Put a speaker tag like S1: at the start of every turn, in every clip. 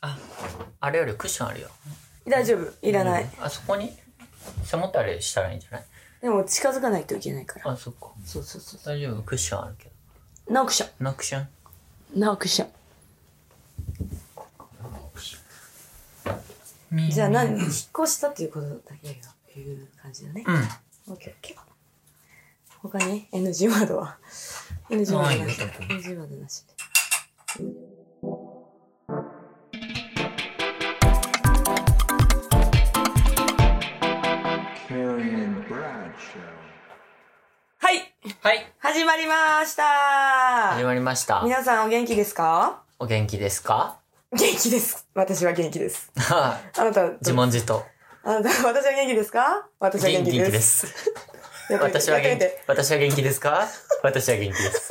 S1: あ、あれよりクッションあるよ。
S2: 大丈夫。いらない。
S1: あそこに背もたれしたらいいんじゃない
S2: でも近づかないといけないから。
S1: あ、そっか。
S2: そうそうそ
S1: 大丈夫、クッションあるけど。
S2: う。ナオクション。
S1: ナクション
S2: ナオクション。じゃあ何、引っ越したっていうことだけがいう感じだね。
S1: うん。
S2: オッケーオッケー。他に NG ワードは ?NG ワードなし。
S1: ない
S2: NG ワードなし。
S3: Carrie and Bradshaw.
S2: はい
S1: はい、
S2: 始まりました
S1: 始まりました。
S2: 皆さんお元気ですか
S1: お元気ですか
S2: 元気です。私は元気です。あなた、
S1: 自問自答。
S2: あなた、私は元気ですか私は元
S1: 元
S2: 気
S1: 気
S2: です。
S1: です。
S2: やってみて
S1: 私は元
S2: やっ
S1: 気
S2: てみて。
S1: 私は元気ですか私は元気で す。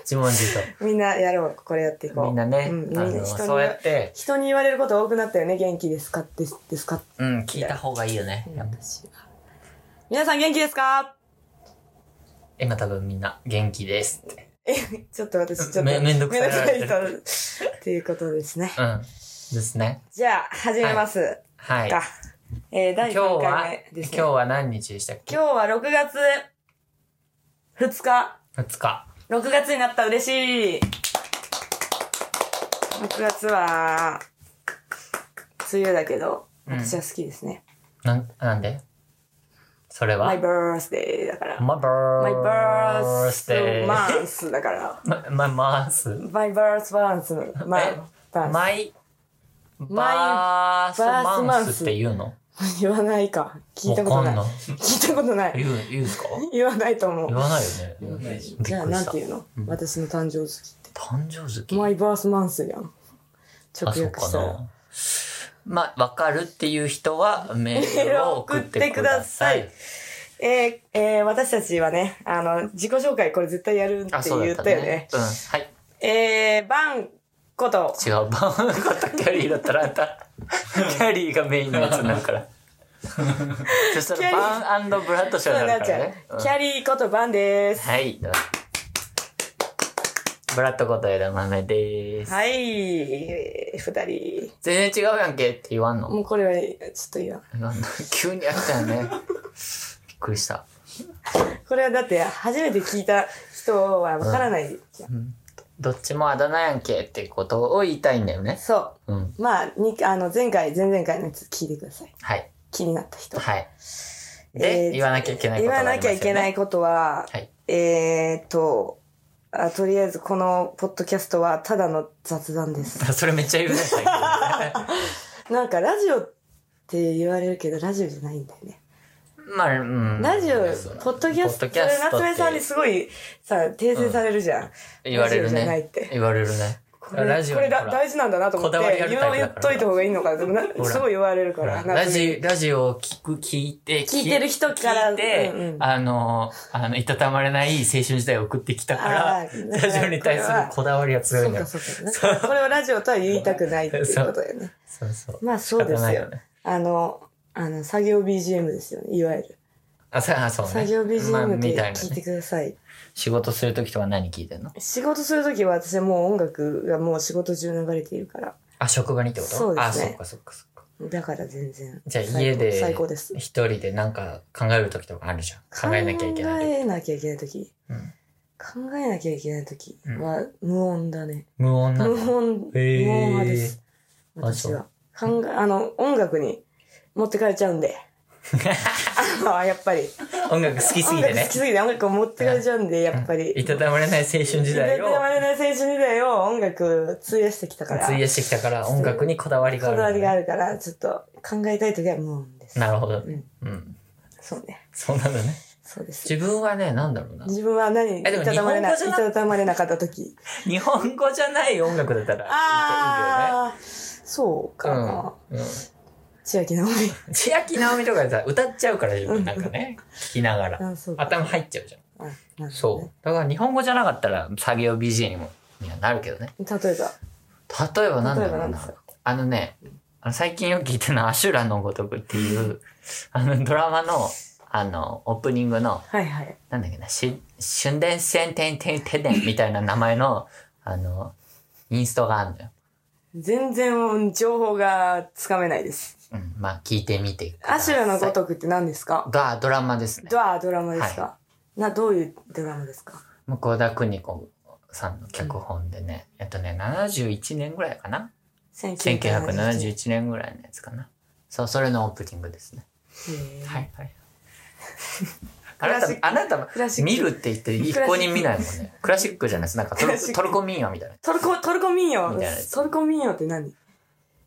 S1: 自問自
S2: みんなやろう。これやっていこ
S1: 答。
S2: う。
S1: みんなね、
S2: うん、みん
S1: あ
S2: な
S1: の、
S2: 人に
S1: そうやって、
S2: 人に言われること多くなったよね。元気ですかですですか
S1: うん、聞いた方がいいよね。やっぱ
S2: 私は。皆さん元気ですか
S1: 今多分みんな元気ですって。
S2: え、ちょっと私、ちょっと。
S1: めめんどくさい
S2: めんどくさい人。っていうことですね。
S1: うん。ですね。
S2: じゃあ、始めます。
S1: はい。
S2: か。えー、
S1: 今
S2: 第
S1: 日は
S2: 3、
S1: 今
S2: 回目ですね。
S1: 日は何日でしたっけ
S2: 今日は6月2日。
S1: ?2 日。
S2: 6月になった嬉しい。6月は、梅雨だけど、
S1: うん
S2: 私は好きですね。
S1: なん、なんでそれは
S2: My birthday だから。
S1: My birthday.
S2: My birthday month だから。
S1: My, my month.
S2: My birth month. My
S1: え
S2: birth.
S1: My
S2: My
S1: birth
S2: birth
S1: month
S2: month
S1: って言うの
S2: 言わないか。聞いたこと
S1: わ
S2: な
S1: か
S2: い
S1: ん。ない。
S2: 聞いたことない。
S1: 言う、言うんすか
S2: 言わないと思
S1: 言
S2: う。
S1: わないよね。言わないし。
S2: じゃあ、なんて言うの
S1: ん
S2: 私の誕生月って。
S1: 誕生月
S2: My birth month やん。
S1: あ、
S2: 直
S1: そう
S2: 訳し
S1: か
S2: たら。
S1: な。まあ、わかるっていう人はメールを送ってくださ
S2: メールを送って
S1: い。
S2: えーえー私たちはね、あの、自己紹介これ絶対やるって
S1: あ、そう
S2: 言
S1: だっ
S2: っ
S1: た
S2: たよね
S1: ね。。うん。はい。
S2: えー、バンこと、
S1: 違う。 バウンドとキャリーだったらあんた、キャリーがメインのやつになる から。そしたらバーンブラッドショー
S2: そう
S1: にな
S2: な
S1: るか
S2: っち
S1: ら
S2: ゃう
S1: ね。うん。
S2: キャリーことバンです。
S1: はい。どうぞブラッドこと枝豆です。
S2: はい、えー二人。
S1: 全然違うやんけって言わんの
S2: もうこれは、ちょっと言わん。
S1: 言わんの急にやったよね。びっ くりした。
S2: これはだって、初めて聞いた人はわからないじゃん。
S1: どっちもあだ名やんけってことを言いたいんだよね。
S2: そ
S1: うん。
S2: う。まあ、にあの、前回、前々回のやつ聞いてください。
S1: はい。
S2: 気になった人。
S1: はい。で、
S2: えー
S1: 言わなきゃいけないこと
S2: 言
S1: がありま
S2: わ
S1: す
S2: な
S1: よ、ね。
S2: きゃいけない。ことは、
S1: はい。
S2: えーっとあ、とりあえずこのポッドキャストはただの雑談です。
S1: それめっちゃ言うね。最近
S2: なんかラジオって言われるけど、ラジオじゃないんだよね。
S1: まあ、うん。
S2: ラジオ
S1: そう、
S2: ポッドキャス
S1: ポ
S2: ト、
S1: ッドキャストって
S2: それ夏目さんにすごいさ、訂正されるじゃん。
S1: 言われる
S2: ラジオじゃないっ
S1: ね
S2: て。
S1: 言われるね。
S2: これ
S1: ラジオ
S2: これ
S1: に
S2: だ
S1: ほら
S2: 大事なんだなと思って
S1: こだわりある
S2: 言
S1: タイプだ
S2: わ言っ
S1: から
S2: といた方がいいのかでもな
S1: ほら
S2: すごい言われるから
S1: ラジ
S2: 夏
S1: ラジオを聞く、聞いて、
S2: 聞いてる人から
S1: 聞いて、
S2: うんうん
S1: あの、あの、いたたまれない青春時代を送ってきたから、
S2: あー
S1: ラジオに対するこだわりは
S2: 目
S1: 強い
S2: そ
S1: ん
S2: う
S1: だ
S2: か
S1: よ。
S2: そうかなんかこれをラジオとは言いたくないっていうことだよね
S1: そうそう。
S2: まあそうで
S1: 仕方
S2: す
S1: ない
S2: よ
S1: ね。
S2: あのあの作業 BGM ですよねいわゆる
S1: あ、そうあそうね。
S2: 作業
S1: まあ
S2: BGM
S1: み
S2: で
S1: たいな
S2: 聞いて
S1: ね。
S2: ください、
S1: 仕事するときとか何聞いてんの
S2: 仕事するときは私はもう音楽がもう仕事中流れているから
S1: あ、職場にってこと
S2: そうですね
S1: あ、そっかそっかそっか。
S2: だから全然
S1: じゃあ
S2: 最高
S1: 家で
S2: 最高です
S1: 一人でなんか考えるときとかあるじゃん。考えなきゃいけない
S2: 考
S1: 時。
S2: えなきゃいけないとき
S1: うん
S2: 考えなきゃいけないときは無音だね、
S1: 無音なの。
S2: 無音、
S1: へー
S2: 無音派です私は考えあの音楽に持ってかれちゃうん であのやっぱり
S1: 音楽好きす
S2: 音
S1: ぎて
S2: 楽
S1: ね
S2: 好き。すぎて音楽を持ってかれちゃうんでやっぱり
S1: いたたまれない青春時代を
S2: 生まれない青春時代を音楽費やしてきたから
S1: 費やしてきたから音楽にこだわりがあ
S2: こ
S1: る
S2: だ
S1: の
S2: わ
S1: ね、
S2: りがあるからちょっと考えたいときは無音です
S1: なるほど。
S2: ん
S1: うん。
S2: そうね
S1: そうなんだね。
S2: そうです
S1: 自分はね、なんだろうな。
S2: 自分は何にい
S1: えでも
S2: たたまれないい
S1: 日本語じゃな
S2: たたまれなかった時
S1: 日本語じゃない音楽だったらいい
S2: ああそう
S1: いい
S2: か
S1: よ
S2: な、
S1: ね。うん。うん。
S2: 千秋 直美
S1: 千秋直美とかでさ、歌っちゃうから自分なんかね、聞きながら。
S2: あそうか
S1: 頭入っちゃうじゃん。
S2: あなるほど
S1: そう。だから日本語じゃなかったら作業 BGM にはなるけどね。
S2: ね例えば
S1: 例えばなんだ
S2: 例えば
S1: ろ
S2: な
S1: うん
S2: です
S1: な
S2: か。
S1: あのね、あの最近よく聞いてるのはアシュラのごとくっていう、あのドラマの、あの、オープニングの、
S2: はいはい
S1: なんだっけな、し、春伝線てんてんてんみたいな名前の、あの、インストがあるのよ。
S2: 全然情報がつかめないです。
S1: うん、まあ聞いてみてくだ
S2: アシ
S1: さ
S2: ュ
S1: い。
S2: ラのごとくって何ですか
S1: がドラマですね。
S2: ドアドラマですか、な、どういうドラマですか
S1: 向田邦子さんの脚本でね、えっとね、71年ぐらいかな。
S2: 1971
S1: 1971年ぐらいのやつかな。そう、それのオープニングですね。はいはい。あな
S2: クラシッ
S1: た、あなたも
S2: クラシック
S1: 見るって言って一向に見ないもんね。クラシックじゃないです。なんかトル
S2: クラシック
S1: トルコ民謡みたいな。
S2: トルコ、トルコ民
S1: み
S2: 謡
S1: たいなやつ
S2: トルコ民謡って何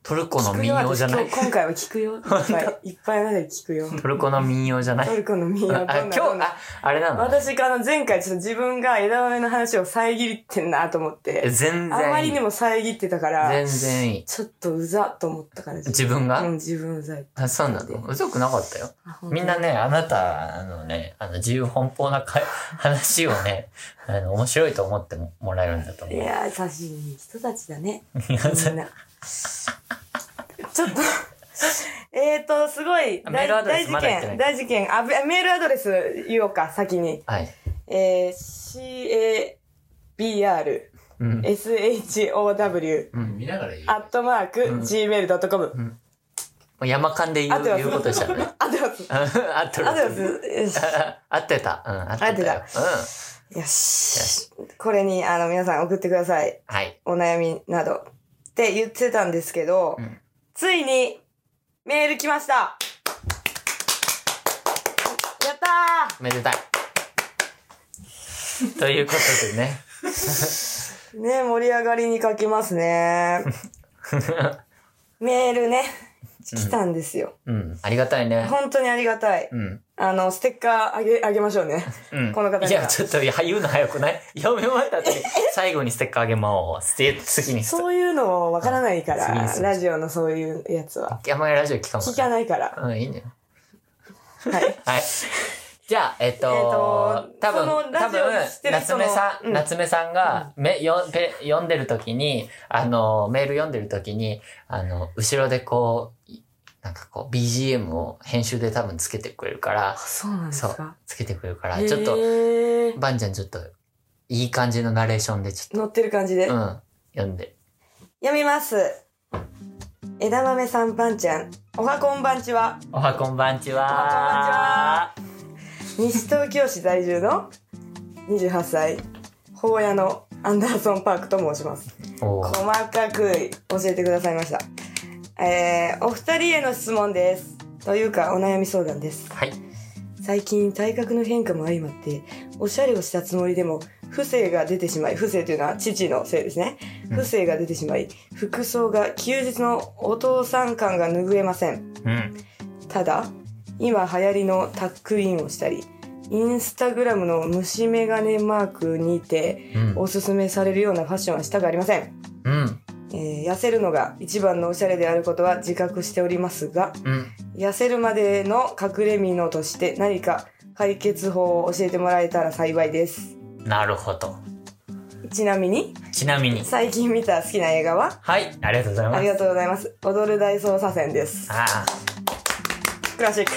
S1: トルコの民謡じゃな
S2: 聞
S1: い
S2: く。よ私今日今回は聞くよ。いっぱい、いっぱいまで聞くよ。
S1: トルコの民謡じゃない。
S2: トルコの民謡どん
S1: あ、
S2: な
S1: 今日、
S2: どんな
S1: あ、あれなの
S2: 私、あの、前回ちょっと自分が枝豆の話を遮ってんなと思っ
S1: え
S2: て、
S1: 全
S2: あま
S1: 然い
S2: り
S1: い
S2: に。も遮ってたから
S1: 全、然いい。
S2: ちょっとうざと思ったから、
S1: 自分が、
S2: うん、自分うざい。
S1: あそうなのうざくなかったよ。
S2: あ
S1: みんな、ね、あなた、あのね、あの、自由奔放なか 話をね、あの、面白いと思ってももらえるんだと
S2: 本当
S1: 思。
S2: いうやー、優しい人たち だね。
S1: いや
S2: みんな。ちょっと。 えーと、すごい、
S1: あメー
S2: 大
S1: ルアドレ
S2: 大
S1: ス
S2: 事
S1: まだ言ってな
S2: 件、
S1: い
S2: 大事件、あ、べメールアドレス言おうか、先に。
S1: はい。
S2: えー、cabr,
S1: うん。
S2: show,
S4: 見ながら言う
S2: アットマーク、gmail.com。
S1: もう山間で言
S2: 合っ
S1: う
S2: てます
S1: 言うことしたね。
S2: あ、では、
S1: 合ってる。
S2: あ、では、よし。
S1: あ 合ってた。うん、合ってたよ。うん。
S2: よし。これに、あの、皆さん送ってください。
S1: はい。
S2: お悩みなど。って言ってたんですけど、
S1: うん
S2: ついに、メール来ましたやった
S1: めでたい。 ということでね。
S2: ーね盛り上がりに書きま すね。メールね、来たんですよ。
S1: うん。ありがたいね。
S2: 本当にありがたい。
S1: うん。
S2: あの、ステッカーあげ、あげましょうね。
S1: うん
S2: この方にはい
S1: や、ちょっと、いや、言うの早くない 読み終わった後に、 最後にステッカーあげます。で、次にステッカ
S2: そういうのわからないか
S1: 次に
S2: ら
S1: す、る
S2: ラジオのそういうやつは。
S1: ー。あんまりラジオ聞かんも
S2: 聞
S1: んな
S2: かないから。
S1: うん、いいね。
S2: はい。
S1: はい。じゃあ、えっと、
S2: えっと
S1: 多
S2: そ
S1: 分
S2: の、
S1: 多
S2: ラジオ
S1: 分
S2: に知って、る
S1: 夏
S2: 人の
S1: 目さん、
S2: うん
S1: 夏目さんが、め、よ、ぺ、読んでる時に、あの、メール読んでる時に、あの、後ろでこう、いなんかこう、BGM を編集で多分つけてくれるから、
S2: そうなんです
S1: そう
S2: か。
S1: つけてくれるから、ちょっと、
S2: へー
S1: ばんちゃんちょっと、いい感じのナレーションでちょっ
S2: 乗ってる感じで。
S1: と、うん、読んで。
S2: 読みます。枝豆さんばんちゃん、おはこんばんちは、
S1: おはこんばんち
S2: おは
S1: は。
S2: 西東京市在住の28歳、法屋のアンダーソン・パークと申します。
S1: おー
S2: 細かく教えてくださいました。えー、お二人への質問です。というか、お悩み相談です。
S1: はい。
S2: 最近体格の変化も相まっておしゃれをしたつもりでも不正が出てしまい不正というのは父のせいですね
S1: うん
S2: 不正が出てしまい服装が休日のお父さん感が拭えません
S1: うん。
S2: ただ今流行りのタックインをしたりインスタグラムの虫眼鏡マークにて
S1: うん。
S2: おすすめされるようなファッションはしたくありません、
S1: うん。
S2: えー痩せるのが一番のおしゃれであることは自覚しておりますが
S1: うん。
S2: 痩せるまでの隠れ身のとして何か解決法を教えてもらえたら幸いです
S1: なるほど。
S2: ちなみに
S1: ちなみに。
S2: 最近見た好きな映画は
S1: はい。ありがとうございます。
S2: ありがとうございます踊る大捜査線です
S1: あ
S2: クラシック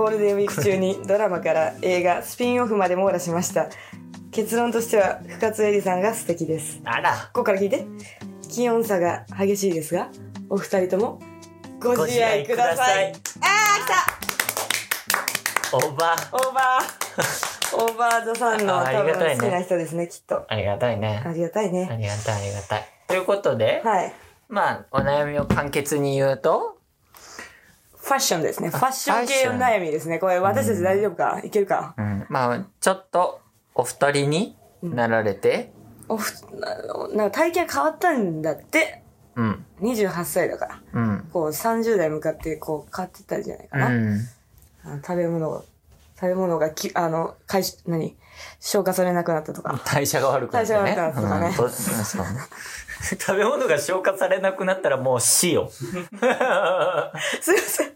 S2: ゴールデンウィーク中にドラマから映画スピンオフまで網羅しました結論としては深津絵里さんが素敵です
S1: あ、あら。
S2: ここから聞いて気温差が激しいですがお二人ともご自愛くださ
S1: ご自
S2: い
S1: 愛く
S2: あー来た
S1: おば。
S2: オーバー、オーバーザさんの
S1: あ
S2: 多
S1: ありがたいね
S2: 分好きな人ですね、きっと。
S1: ありがたい
S2: あ
S1: ね。
S2: りがたい
S1: あ
S2: ね。
S1: りがたい、ありがたい。ということで、
S2: はい。
S1: まあ、お悩みを簡潔に言うと、
S2: ファッションですね。ファッション
S1: ファッシ
S2: 系
S1: ョン
S2: の悩みですね。これ私たち大丈夫か、いけるか
S1: うん、まあ、ちょっと、お二人になられて、
S2: おふ、ななんか体験変わったんだって。
S1: うん、
S2: 28歳だか
S1: う
S2: ら。
S1: ん、
S2: こう30代向かってこう変わってったんじゃないか
S1: う
S2: な。
S1: ん、
S2: あの食べ物が、食べ物がき、あの、回収、何消化されなくなったとか。
S1: 代謝が悪くなってね。
S2: 代謝が悪くなったとかね
S1: うんとそう ね食べ物が消化されなくなったらもう死 よ。
S2: すいません。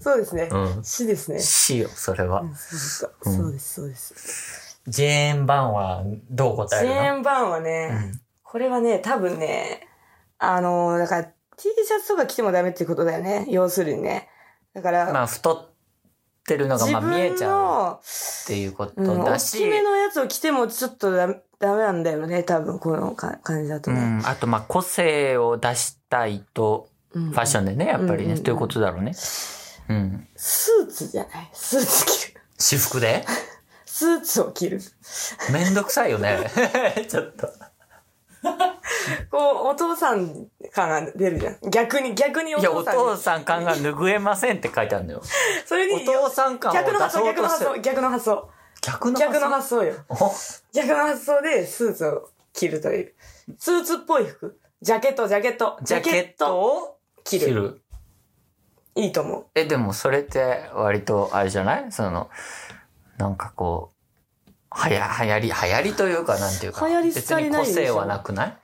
S2: そうですね。
S1: うん
S2: 死ですね。
S1: 死よ、それは。
S2: そうですそうです、そうです。
S1: ジェーン・バンはどう答
S2: チ
S1: える
S2: ェー
S1: の
S2: ンバーンはね、これはね、多分ね、あの、だから T シャツとか着てもダメっていうことだよね。要するにね。だから、
S1: まあ、太ってるのが
S2: 自
S1: まあ見え
S2: 分
S1: ちゃう
S2: の、
S1: っていうこ
S2: うん、
S1: と
S2: 大
S1: だし、
S2: きめのやつを着てもちょっとダメダメなんだよね、多分、このか感じだと
S1: う
S2: ね。
S1: ん、あとまあ個性を出したいと
S2: うん
S1: ファッションでねやっぱり
S2: うん
S1: ね、
S2: うん
S1: ということだろうね、うん、
S2: スーツじゃないスーツ着る。
S1: 私服で
S2: スーツを着る。
S1: めんどくさいよね ちょっと
S2: こう、お父さん感が出るじゃん。逆に、逆にお
S1: いやお
S2: 父さんに。
S1: 父さん感が拭えませんって書いてあるのよ
S2: それ
S1: お
S2: に、
S1: 父さん感を
S2: 逆の
S1: 出
S2: 発想、
S1: そう
S2: 逆
S1: とし
S2: の
S1: て
S2: 発想、逆の発想。
S1: 逆
S2: 逆の
S1: の
S2: 発想よ。
S1: 発
S2: 逆の発想でスーツを着るという。スーツっぽい服。ジャケット、ジャケット。
S1: ジャケットを
S2: ジャケットを着る
S1: 着る
S2: いいと思う。
S1: え、でもそれって割とあれじゃないその、なんかこう、はや、流行り、流行りというかなんていうか。
S2: 流行り廃りないでしょ
S1: 別に個性はなくない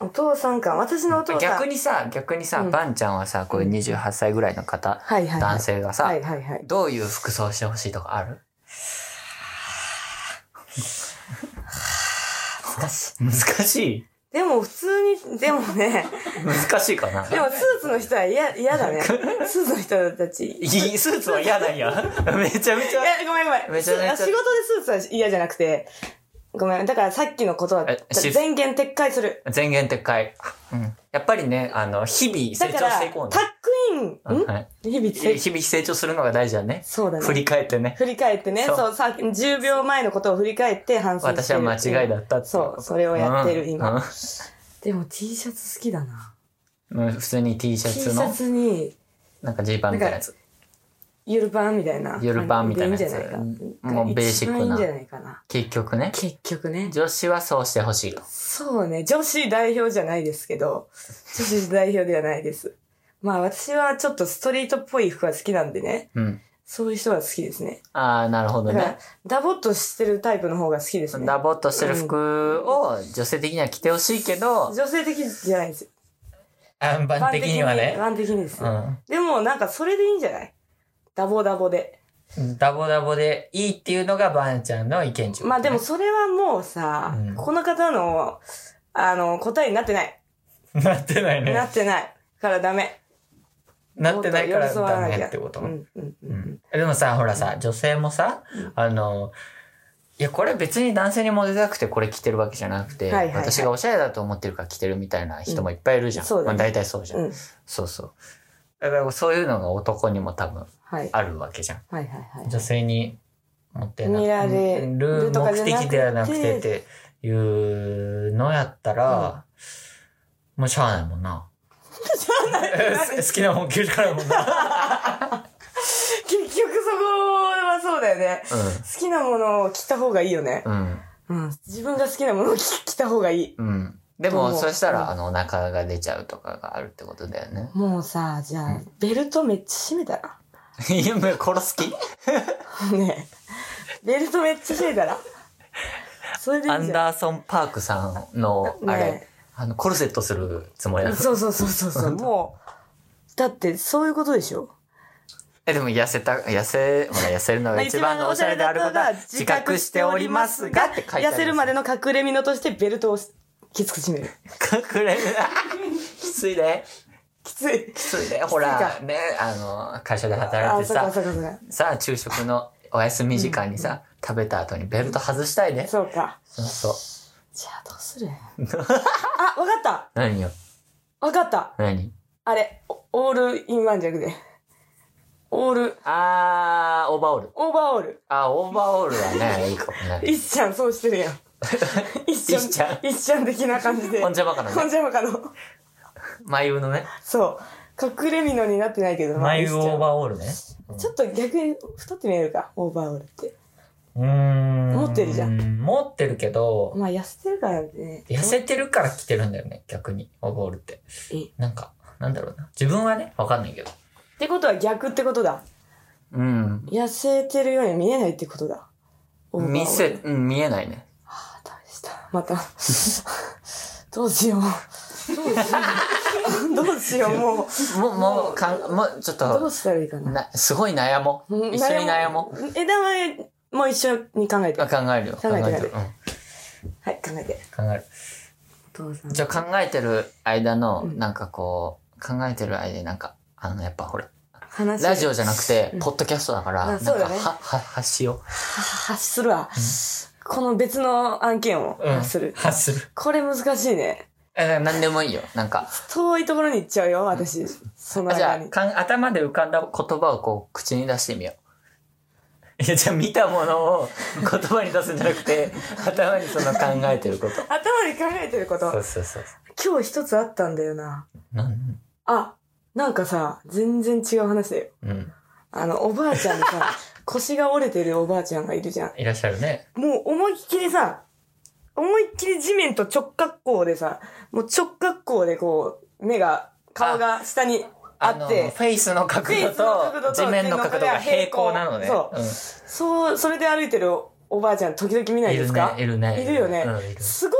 S2: お父さん感。私のお父さん。
S1: 逆。にさ、逆にさ、
S2: うん
S1: ば、ンんちゃんはさ、こういう28歳ぐらいの方、
S2: はいはい、はい。
S1: 男性がさ、
S2: はいはいはい。
S1: どういう服装してほしいとかあ る難しい。難しい
S2: でも普通に、でも ね、
S1: 難しいかな
S2: でもスーツの人は嫌、嫌 だね。スーツの人たち。い
S1: いいスーツは嫌 なんや。めちゃめちゃ。
S2: や、ごめんごめん。
S1: めちゃめちゃ
S2: 仕事でスーツは嫌じゃなくて、ごめん。だからさっきのことは
S1: え、シ
S2: 全言撤回する。
S1: 全言撤回。うん。やっぱりね、あの、日々成
S2: だか
S1: 長
S2: ら、
S1: し
S2: タ
S1: てい
S2: ッ
S1: こうね。
S2: クイン、
S1: うん
S2: ん
S1: はい
S2: 日々
S1: 日
S2: 成
S1: 々成長するのが大事だね。
S2: そうだね。
S1: 振り返ってね。
S2: 振り返ってね、そ
S1: そうう
S2: さ10秒前のことを振り返って反省してる
S1: 私は間違いだったってい
S2: そうそれをやってる
S1: うん
S2: 今。でも T シャツ好きだな。
S1: うんうん普通に T シ
S2: T
S1: ャ
S2: シ
S1: ツ
S2: ャ
S1: の、
S2: ツに、
S1: なんかジーパンみたいなやつ。
S2: ゆるパンみたいな。
S1: ゆるパンみたいなやつ
S2: でいいんじゃないか。
S1: もうベーシックな
S2: 一番いいんじゃないかな。
S1: 結局ね。
S2: 結局ね。
S1: 女子はそうしてほしいよ。
S2: そうね、女子代表じゃないですけど、女子代表ではないです。まあ私はちょっとストリートっぽい服が好きなんでね、
S1: うん。
S2: そういう人が好きですね。
S1: ああ、なるほど
S2: だから
S1: ね。、
S2: ダボっとしてるタイプの方が好きですね。
S1: ダボっとしてる服を女性的には着てほしいけど、
S2: 女性的じゃないです。
S1: あん般的にはね。
S2: 一般的にです
S1: う
S2: ね。でもなんかそれでいいんじゃないダボダボで。
S1: ん。ダボダボでいいっていうのがバンちゃんの意見中。
S2: まあでも、それはもうさ、
S1: うん
S2: この方の、あの、答えになってない。
S1: なってない
S2: なってない。からダメ。
S1: なってないから
S2: もと寄り添わ
S1: ダ
S2: なきゃ
S1: メってこと
S2: うんうんうんうん
S1: でもさ、ほらさ、女性もさ、あの、いや、これ別に男性にモテたくてこれ着てるわけじゃなくて、
S2: はいはいはい
S1: 私がおしゃれだと思ってるから着てるみたいな人もいっぱいいるじゃん。
S2: うんそうだね
S1: まあ大体そうじゃん,、
S2: うん
S1: そうそう。だからそういうのが男にも多分
S2: はい。
S1: あるわけじゃん。
S2: はいはいはい。
S1: 女性に持ってな
S2: 見られる
S1: る
S2: とかじゃ
S1: 目
S2: なくて
S1: 的ではなくてっていうのやったら、もうしゃあないもんな。 好きなもん着るからもんな。
S2: 結局そこはそうだよね。
S1: う
S2: 好きなものを着た方がいいよね。
S1: ん。うん。
S2: うん。自分が好きなものを着着た方がいい。
S1: うん。で
S2: どう
S1: も、
S2: も
S1: そした
S2: うん。
S1: ら、あの、お腹が出ちゃうとかがあるってことだよね
S2: もうさ、じゃあ、ベルトめっちゃ締めたら。
S1: いや、もう殺す気
S2: ねえベルトめっちゃ締めたら。それでい
S1: ア
S2: い
S1: ン
S2: じゃん。
S1: ダーソン・パークさんの、あれ、
S2: ね
S1: あの、コルセットするつもりだった。
S2: そうそうそうそう そう。もう、だってそういうことでしょ
S1: え、でも、痩せた、痩せ、ほら、痩せるのが一番のおしゃれであることは自覚しておりますがって書いてある。
S2: 痩せるまでの隠れ身のとしてベルトをきつく締める。
S1: 隠れる。 きついね。
S2: きつい。
S1: きついね。ほ
S2: きつい
S1: ら、ね、あの、会社で働
S2: あ、
S1: いて
S2: そっか
S1: さ、
S2: そっかそっか。
S1: さあ、昼食のお休み時間にさ、食べた後にベルト外したいね。
S2: そうか。
S1: そうそう。
S2: じゃあど うするあ、わかった
S1: 何よ。
S2: わかった
S1: 何
S2: あれ、オオールインワンじゃなくて、オール、
S1: あー、オーバーオール。
S2: オーバーオール。
S1: あ、オーバーオールはね、いいかもね。
S2: いっちゃんそうしてるやん。 いっちゃん、
S1: いっちゃん
S2: いっちゃん的な感じで。
S1: ほんじゃばかの
S2: ほん
S1: ね。
S2: じゃまかの。
S1: 眉のね。
S2: そう。隠れみのになってないけど、まあ
S1: 眉オーバ
S2: い
S1: ー
S2: っ
S1: オールね。
S2: ちゃんちょっと逆に太って見えるか、オーバーオールって。
S1: うーん。
S2: 持ってるじゃ
S1: ん。持ってるけど、
S2: まあ痩せてるからね。
S1: 痩せてるから着てるんだよね、逆に。オーバーオールって。
S2: えっ
S1: なんか、なんだろうな。自分はね、わかんないけど。
S2: てことは逆ってことだ。
S1: うん。
S2: 痩せてるように見えないってことだ。オーバーオール
S1: 見せ、うん、見えないね。
S2: あダメでした。また。どうしよう。どうしよう。どうしよう、もう。
S1: もう、もう、かん、もう、ちょっ
S2: どう
S1: と、
S2: したらいいかな。
S1: な、すごい悩もう。 一緒に悩もう。
S2: う。枝豆も一緒に考えて。
S1: あ
S2: はい、
S1: 考えるよ。
S2: 考
S1: 考
S2: えて
S1: えてる。うん。
S2: 考えて。
S1: 考える。
S2: お父さん。
S1: じゃあ考えてる間の、
S2: うん
S1: なんかこう、考えてる間になんか、あの、やっぱほら、
S2: 話
S1: ラジオじゃなくて
S2: うん、
S1: ポッドキャストだから、
S2: あ
S1: なん
S2: そう
S1: か、
S2: だね
S1: は、は、発しよ
S2: 発するわ。この別の案件を
S1: うん
S2: 発する。
S1: 発する。
S2: これ難しいね。
S1: え、だから何でもいいよ。なんか。
S2: 遠いところに行っちゃうよ、私。その
S1: あじ
S2: 間
S1: ゃ
S2: に
S1: あ。かん、頭で浮かんだ言葉をこう、口に出してみよう。 いや、じゃあ見たもの を言葉に出すんじゃなくて、頭にその考えてること。
S2: 頭で考えてるこ
S1: そ
S2: と。
S1: うそうそう。
S2: 今日一つあったんだよな。
S1: なん
S2: あ、なんかさ、全然違う話だよ。
S1: うん。
S2: あの、おばあちゃん でさ、腰が折れてるおばあちゃんがいるじゃん。
S1: いらっしゃるね。
S2: もう思いっきりさ、思いっきり地面と直角行でさ、もう直角行でこう、目が、顔が下にあ
S1: あの、
S2: っ
S1: フ
S2: て、
S1: ェイスの角
S2: フェ
S1: 度
S2: イスの角度
S1: と
S2: と
S1: 地面の角度が平行なのね。
S2: そそう、それで歩いてるおばあちゃん時々見
S1: う。
S2: なんい
S1: い
S2: です
S1: る
S2: か
S1: ね、いるね。
S2: いるよね
S1: うん、いる。
S2: すごく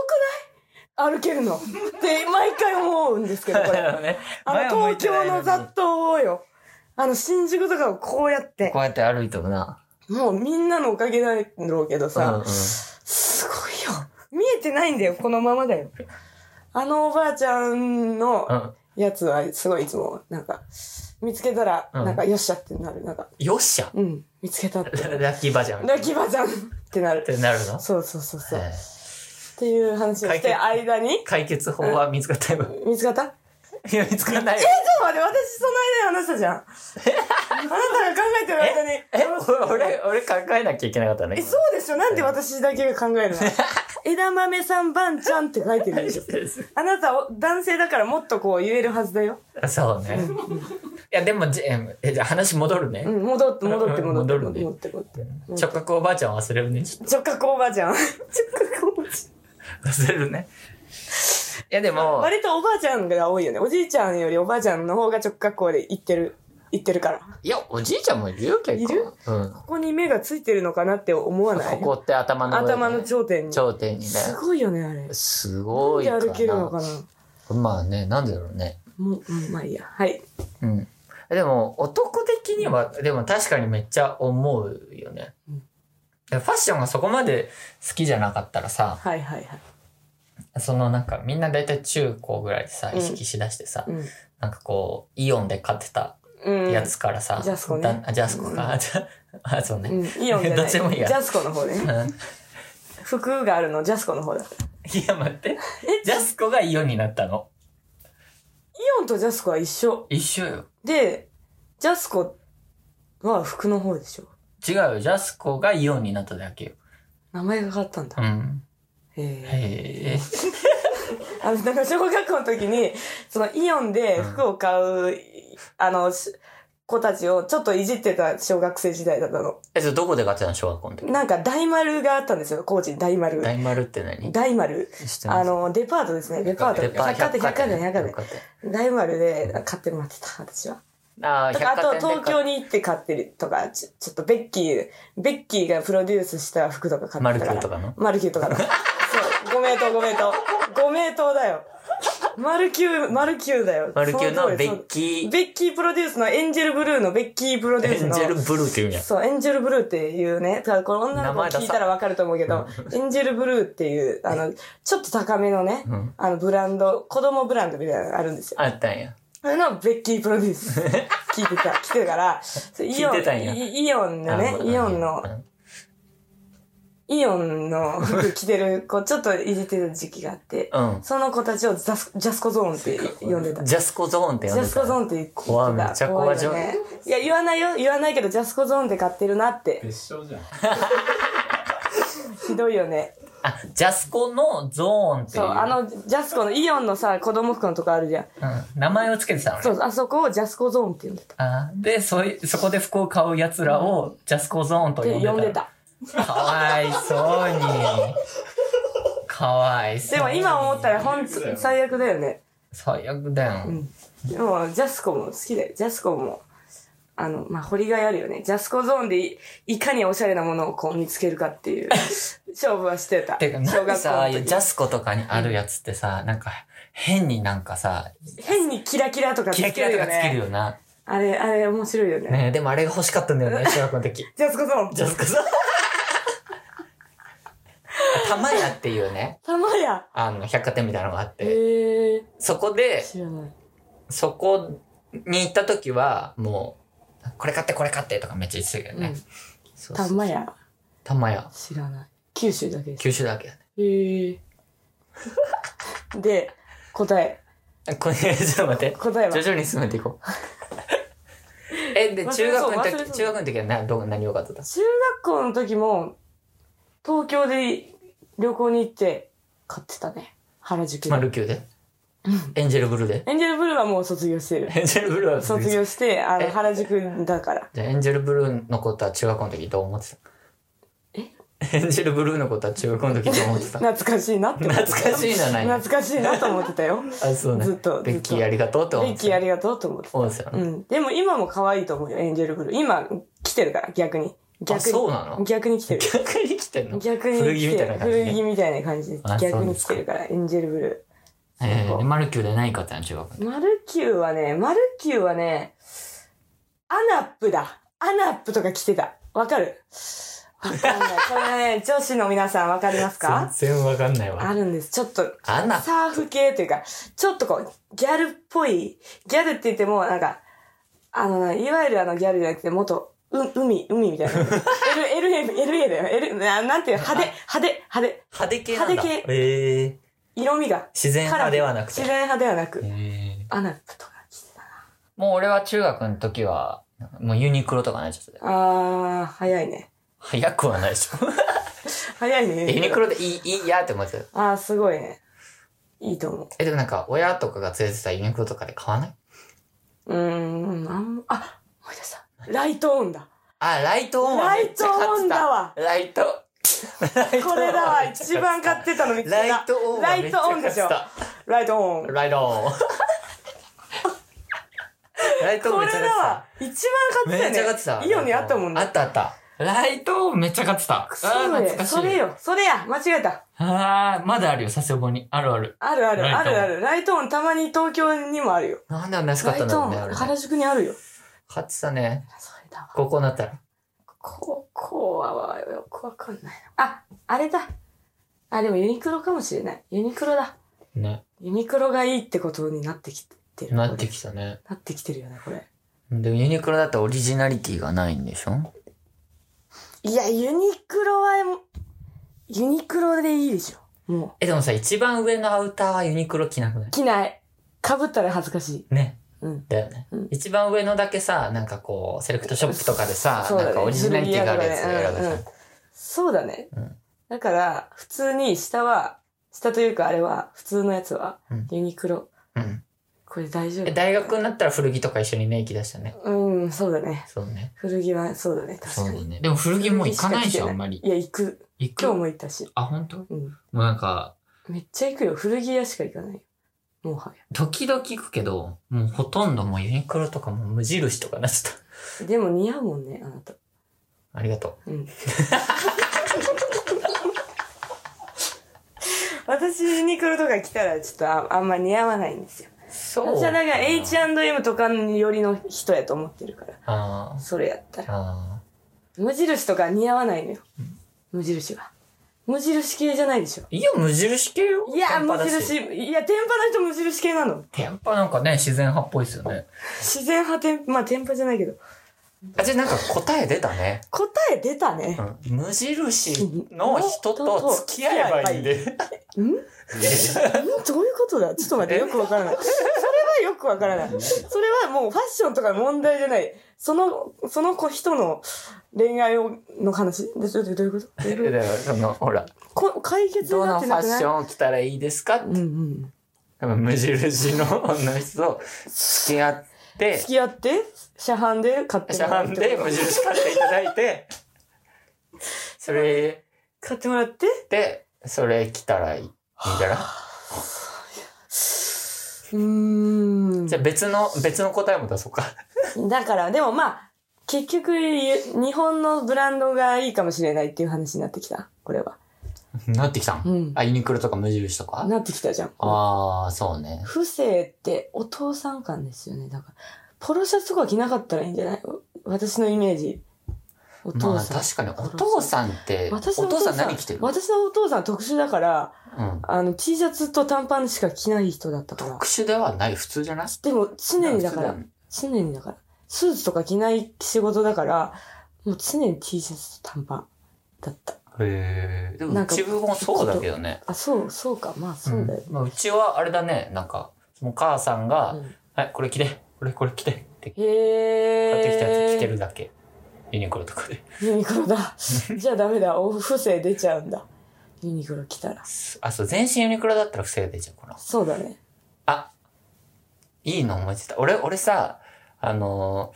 S2: ない歩けるの。って毎回思うんです けど、これ。
S1: ね
S2: あの、
S1: 前を向い
S2: 東
S1: てな
S2: 京
S1: い
S2: の
S1: に
S2: 雑踏をよ。あの、新宿とかをこうやって
S1: こ、うやって歩いてもな。
S2: もうみんなのおかげなんだろうけどさ、
S1: うんうん
S2: すごいよ。見えてないんだよ、このままだよ。あのおばあちゃんの
S1: うん。
S2: やつはすごいいつも、なんか、見つけたら、
S1: うん
S2: なんか、よっしゃってなる。なんか、
S1: よっしゃ
S2: うん、見つけたって。
S1: ラッキーバージョン。
S2: ラ
S1: っ
S2: キバちゃんってなる。
S1: てなるの
S2: そうそうそうそう。
S1: はい
S2: っていう話をして、
S1: 解
S2: 間に、
S1: 解決法は見つかったよ。
S2: 見つかったえ、ちょ
S1: いや、見つかんないよ。
S2: っと待って、私その間に話 したじゃん。あなたが考えてる間に。
S1: え、俺、俺考えなきゃいけなかったね。
S2: え、そうでしょなんで私だけが考えるの枝豆さんばんちゃんって書いてるでしょ
S1: う。
S2: あなたお男性だからもっとこう言えるはずだよ。
S1: そうね。いや、でも、じえ、じゃあ話戻るね。
S2: うん、戻って戻って
S1: うん
S2: 戻って
S1: 戻るね
S2: 戻って戻って。
S1: 直角おばあちゃん忘れるね。
S2: 直角おば あちゃん。直角おばあち
S1: 忘れるね。いや、で
S2: ゃん。
S1: も、
S2: 割とおばあちゃんが多いよね。おじいちゃんよりおばあちゃんの方が直角行で行ってる、行ってるから。
S1: いや、おじいちゃんもいるよ、結構。
S2: いる
S1: うん。
S2: ここに目がついてるのかなって思わない
S1: ここって頭の上、ね。
S2: 頭の頂点に。す
S1: 頂点にね。
S2: ごいよね、あれ。
S1: すごいか
S2: な
S1: なん
S2: で歩けるのかな
S1: まあね、なんでだろうね。
S2: もう、うん、まあいいや。はい。
S1: うん。でも、男的には、でも確かにめっちゃ思うよね。
S2: うん
S1: ファッションがそこまで好きじゃなかったらさ、
S2: はいはいはい。
S1: そのなんかみんな大体中高ぐらいでさ、
S2: うん
S1: 意識しだしてさ、
S2: うん。
S1: なんかこう、イオンで買ってた
S2: うん。
S1: やつからさ、
S2: ジャスコね
S1: だあジャスコ
S2: うん
S1: か。あじゃ あ、そうね。
S2: うん、イオンじゃない。
S1: どっちもいいや
S2: ジャスコの方ね。
S1: うん
S2: 服があるの、ジャスコの方だ。イ
S1: いや、待って。ジャスコがイオンになったの。
S2: オンとジャスコは一緒。
S1: 一緒よ。
S2: で、ジャスコは服の方でしょ。
S1: 違うよ。ジャスコがイオンになっただけよ。
S2: 名前が変わったんだ。
S1: うん。
S2: へえ。
S1: へえ。
S2: あの、なんか小学校の時に、そのイオンで服を買う、あの、し子たちをちょっといじってた小学生時代だったの。
S1: え、それどこで買ってたの小学校の時。
S2: なんか大丸があったんですよ、高知に大丸。
S1: 大丸って何
S2: 大丸。
S1: 知ってます
S2: あの、デパートですね、デパート。
S1: デパ
S2: 百貨店、百貨店、
S1: 百貨
S2: 百
S1: 百貨
S2: 貨
S1: 店。
S2: 店。大丸で買ってもらってた、私は。
S1: ああ、
S2: とかあ
S1: 百貨店
S2: と
S1: で買っ
S2: 東京に行って買ってるとか、ちょちょっとベッキー、ベッキーがプロデュースした服とか買
S1: マ
S2: って
S1: ル
S2: た
S1: キ
S2: から。
S1: ューとかの
S2: マルキューと かの。そう、ご名答ご名答。ご名答だよ。マルキュー、マルキューだよ。
S1: マルキュー
S2: そ通
S1: の
S2: り
S1: ベッキ
S2: そう
S1: ー、
S2: ベッキープロデュースのエンジェルブルーのベッキープロデュー
S1: エ
S2: ス
S1: ン
S2: の。
S1: ジェルブルーって言うんや。
S2: そう、エンジェルブルーっていうね、ただこれ女の
S1: 名
S2: 子
S1: 前出さ
S2: 聞いたらわかると思うけど、エンジェルブルーっていう、あの、ちょっと高めのね、
S1: うん
S2: あのブランド、子供ブランドみたいなのがあるんですよ。
S1: あったんや。
S2: あれのベッキープロデュ ース。聞いてた、来てたから、イオ
S1: 聞いてたんや
S2: ン、イイオンのね
S1: あ、
S2: イオンの
S1: う、ん
S2: イオンの服着てる子、ちょっといじってた時期があって、
S1: うん
S2: その子たちをザスジャスコゾーンって呼んでた。ジ
S1: ジャスコゾーンって呼んでた。
S2: ャスコゾーンって言ってた。
S1: 怖いめっちゃ怖いじゃん
S2: 怖よね。いや、言わないよ、言わないけど、ジャスコゾーンで買ってるなって、
S4: 別称じゃん。
S2: ひどいよね。
S1: あ、ジャスコのゾーンってい。
S2: そうう、あの、ジャスコのイオンのさ、子供服のとこあるじゃん。
S1: うん、名前をつけてたのね。
S2: そう、あそこをジャスコゾーンって呼んでた。
S1: あーで、そういそこで服を買う奴らをジャスコゾーンと呼ん
S2: で、
S1: でた。
S2: 呼んでた。
S1: かわいそうに。かわいそう
S2: で
S1: に。
S2: も今思ったら、ほんと、最悪だよね。
S1: 最悪だよ。
S2: うんでも、ジャスコも好きだよ。ジャスコも、あの、まあ、掘りがいあるよね。ジャスコゾーンでいいかにおしゃれなものをこう見つけるかっていう 勝負はしてた。
S1: てか、な
S2: 小
S1: んか
S2: 学
S1: さ、ああ
S2: 校
S1: い
S2: の
S1: うジャ
S2: 時。
S1: スコとかにあるやつってさ、なんか、変になんかさ、
S2: 変にキラキラとかつ
S1: キラキ
S2: け
S1: ラ
S2: る
S1: と
S2: よ
S1: かつける
S2: ね。
S1: よな。
S2: あれ、あれ面白いよね。
S1: ねでもあれが欲しかったんだよね、小学校の時。
S2: ジャスコゾーン
S1: ジャスコ さん。玉屋っていうね、
S2: たまや
S1: あの、百貨店みたいなのがあって、
S2: へえ
S1: そこで、
S2: 知らない。
S1: そこに行った時は、もう、これ買ってこれ買ってとかめっちゃ言ってたけど
S2: う
S1: ね。
S2: ん。
S1: そうそう
S2: たまや
S1: 玉屋。
S2: 知らない。九州だけです
S1: 九州だけやね。
S2: へえ で答え
S1: あこれ、ちょっと 待って。
S2: 答えは
S1: 徐々に進めていこう。 え、で、中学の
S2: 忘れそう忘れそ
S1: 時、
S2: う
S1: 中学の時はなどう何良かったです
S2: 中学校の時も東京で旅行に行って買ってたね原宿で
S1: マルキューでエンジェルブルーで
S2: エンジェルブルーはもう卒業してる
S1: エンジェルブルーは
S2: 卒業してあ
S1: え
S2: の原宿だから
S1: じゃあエンジェルブルーのことは中学校の時どう思ってたエンジェルブルーのことは中学校の時どう思ってた
S2: 懐かしいなって思って
S1: 懐かしいなない
S2: 懐かしいなと思ってたよ
S1: あ、そうね。
S2: ずっと
S1: ベッキーありがとうって
S2: ベ
S1: 思っ
S2: ッ
S1: て
S2: キー
S1: た
S2: あ。りがとうと思ってた
S1: そうですよね。
S2: うん、でも今も可愛いと思うよエンジェルブルー今来てるから逆に
S1: あ、
S2: 逆
S1: そ
S2: に
S1: うなの
S2: 逆に来て る
S1: 逆に来てんの
S2: 逆に
S1: 古
S2: 来
S1: 着み
S2: て
S1: たいな
S2: る
S1: 感じ
S2: 古着
S1: で。
S2: みたいな感じで
S1: あ
S2: 逆
S1: そう
S2: に
S1: で
S2: 来
S1: すか
S2: てるからエンジェルブル
S1: えー、でマルキューで何かあったの中学
S2: ーマルキューはねマルキューはねアナップだアナップとか着てたわかるわかんないこれね女子の皆さんわかります
S1: 校。
S2: か
S1: 全然わかんないわ
S2: あ。るんですちょっと
S1: アナ
S2: サーフ系というか、ちょっとこう、ギャルっぽい、ギャルって言っても、なんか、あの、いわゆるあのギャルじゃなくて、もっと、う、海、海みたいな。L、LA、LA だよ。L、ななんていう、派手、派手、派手。
S1: 派手系なんだ。
S2: 派手
S1: えー、
S2: 色味が。
S1: 自然派ではなくて
S2: 自。然派ではなく、
S1: えー
S2: アナップとか着てたな。
S1: もう俺は中学の時は、もうユニクロとかなっちゃってたよ。
S2: あー、早いね。
S1: 早くはない でしょ。
S2: 早いね。
S1: ユニクロでいい、いいやって思ってた。
S2: あー、すごいね。いいと思う。
S1: え、でもなんか、親とかが連れてたユニクロとかで買わないう
S2: ーん、あん、あ、思い出した。ライトオンだ。
S1: あ、ライトオンはめっちゃ買ってた。
S2: ライトオンだわ
S1: ライト。
S2: これだわ、一番買ってたの見つけた。
S1: ライトオンは
S2: ラ
S1: めっ
S2: イ
S1: ちゃ
S2: トオ
S1: 買
S2: ン
S1: っ
S2: で
S1: て
S2: しょ。
S1: た。
S2: ライトオン。
S1: ライトオン。 ライトオ
S2: こ
S1: ンめ
S2: れ
S1: っちゃ買
S2: だ
S1: って
S2: わ
S1: た。
S2: 一番買ってた
S1: め
S2: よ
S1: っ
S2: ね。
S1: ちゃ買ってた。
S2: イオンにあったもん
S1: あ
S2: ね。
S1: ったあった。ライトオンめっちゃ買ってた。
S2: そ
S1: あー
S2: う
S1: 懐
S2: よ
S1: かしい。
S2: それよ。それや。間違えた。
S1: ああ、まだあるよ、佐世保に。あるある。
S2: あるある、
S1: ライ
S2: あ
S1: トオン
S2: るある。ライトオンたまに東京にもあるよ。
S1: なんであんな安かっ
S2: ラ
S1: た
S2: イ
S1: んだ
S2: ト
S1: ろ
S2: オ
S1: う
S2: ン、
S1: ね、あれね。
S2: 原宿にあるよ。
S1: 買ってたね。
S2: それだわ。
S1: 高校になったら。
S2: 高校はよくわかんないな。あ、あれだ。あ、でもユニクロかもしれない。ユニクロだ。
S1: ね。
S2: ユニクロがいいってことになってきてる。
S1: なってきたね。
S2: なってきてるよね、これ。
S1: でもユニクロだとオリジナリティがないんでしょ
S2: いや、ユニクロは、ユニクロでいいでしょ。もう。
S1: え、でもさ、一番上のアウターはユニクロ着なくない
S2: 着ない。かぶったら恥ずかしい。
S1: ね。
S2: うん。
S1: だよね、
S2: うん
S1: 一番上のだけさ、なんかこう、セレクトショップとかでさ、
S2: そうだね
S1: なんかオリジナリティがあるやつ選ぶじゃん。
S2: うんうんそうだね。
S1: うん
S2: だから、普通に下は、下というかあれは、普通のやつは
S1: うん、
S2: ユニクロ。
S1: うん
S2: これ大丈
S1: え
S2: 夫。
S1: 大学になったら古着とか一緒にね、行き出したね。
S2: うん、そうだね。
S1: そうね。
S2: 古着は、そうだね。確
S1: そう
S2: か
S1: だ
S2: に。
S1: ね。でも古着もう行かないじゃん、あ
S2: 古着しか着て
S1: んまり。
S2: いや、行く。
S1: 行く
S2: 今日も行ったし。
S1: あ、本当？も
S2: うん。
S1: うなんか、
S2: めっちゃ行くよ。古着屋しか行かないよ。もは
S1: 時々行くけど、もうほとんどもうユニクロとかもう無印とかなっちゃっ
S2: や。でも似合うもんね、あなた。
S1: た。ありがと
S2: うん。私、ユニクロとか来たら、ちょっとああんま似合わないんですよ。
S1: う。そ
S2: 私はだから H&M とかに寄りの人やと思ってるから
S1: あ
S2: それやった
S1: ー
S2: ら
S1: あ
S2: 無印とか似合わないのよ無印は無印系じゃないでしょ
S1: ー。いや、無印系よ。
S2: いや
S1: 天
S2: 無
S1: パだし。
S2: 印いや天パの人無印系なの
S1: 天パなんかね、自然派っぽいですよね。
S2: 自然派天まあ天パじゃないけど
S1: あ、じゃあなんか答え出たね。
S2: 答え出たね
S1: 無印の人と付き合えばいいんで。
S2: うんん どういうことだちょっと待ってよくわからないそれはよくわからないそれはもうファッションとかの問題じゃないそのその子人の恋愛をの話でどどういうことどう いうこ
S1: だからそのほら、
S2: とこ解決に
S1: ど
S2: なっ
S1: の
S2: て
S1: フ
S2: な
S1: ァ
S2: く
S1: ッ
S2: ない
S1: ションを着たらいいですか
S2: うんうん
S1: 無印の女の人と付き合って
S2: 付、き合って車販で買って
S1: 車
S2: もらう
S1: 販で無印買っていただい て、それ
S2: 買ってもらって
S1: で、それ着たらいい。みたいな。
S2: うーん
S1: じゃあ別の、別の答えも出そうか。
S2: だからでもまあ結局ゆ日本のブランドがいいかもしれないっていう話になってきたこれは
S1: なってきたん
S2: うん
S1: あ、ユニクロとか無印とか
S2: なってきたじゃん
S1: ああ、そうね。
S2: 不正ってお父さん感ですよねだからポロシャツとか着なかったらいいんじゃない私のイメージお
S1: ま
S2: 父
S1: あ
S2: さん、
S1: 確かにお父さんって、お
S2: 私の
S1: 父さん何着てる
S2: 私のお父さん特殊だから
S1: うん。
S2: あの T シャツと短パンしか着ない人だったから
S1: 特殊ではない、普通じゃない
S2: でも常にだから
S1: 普通
S2: 常にだから、スーツとか着ない仕事だから、もう常に T シャツと短パンだった。
S1: だ
S4: へえ
S1: でも
S2: な
S1: うん
S2: か
S1: ちもそうだけどね。
S2: あ、そう、そうか。まあ、そうだよ。
S1: んまあうちはあれだね、なんか、その母さんが、
S2: うん
S1: はい、これ着て、これこれ着てって
S2: へえ。
S1: 買ってきたやつ着てるだけ。ユニクロとかで。
S2: ユニクロだ。 じゃあダメだ。お不正出ちゃうんだ。ユニクロ来たら。
S1: あ、そう、全身ユニクロだったら不正出ちゃうかな。
S2: そうだね。
S1: あ、いいの思いついた。俺、俺さ、あの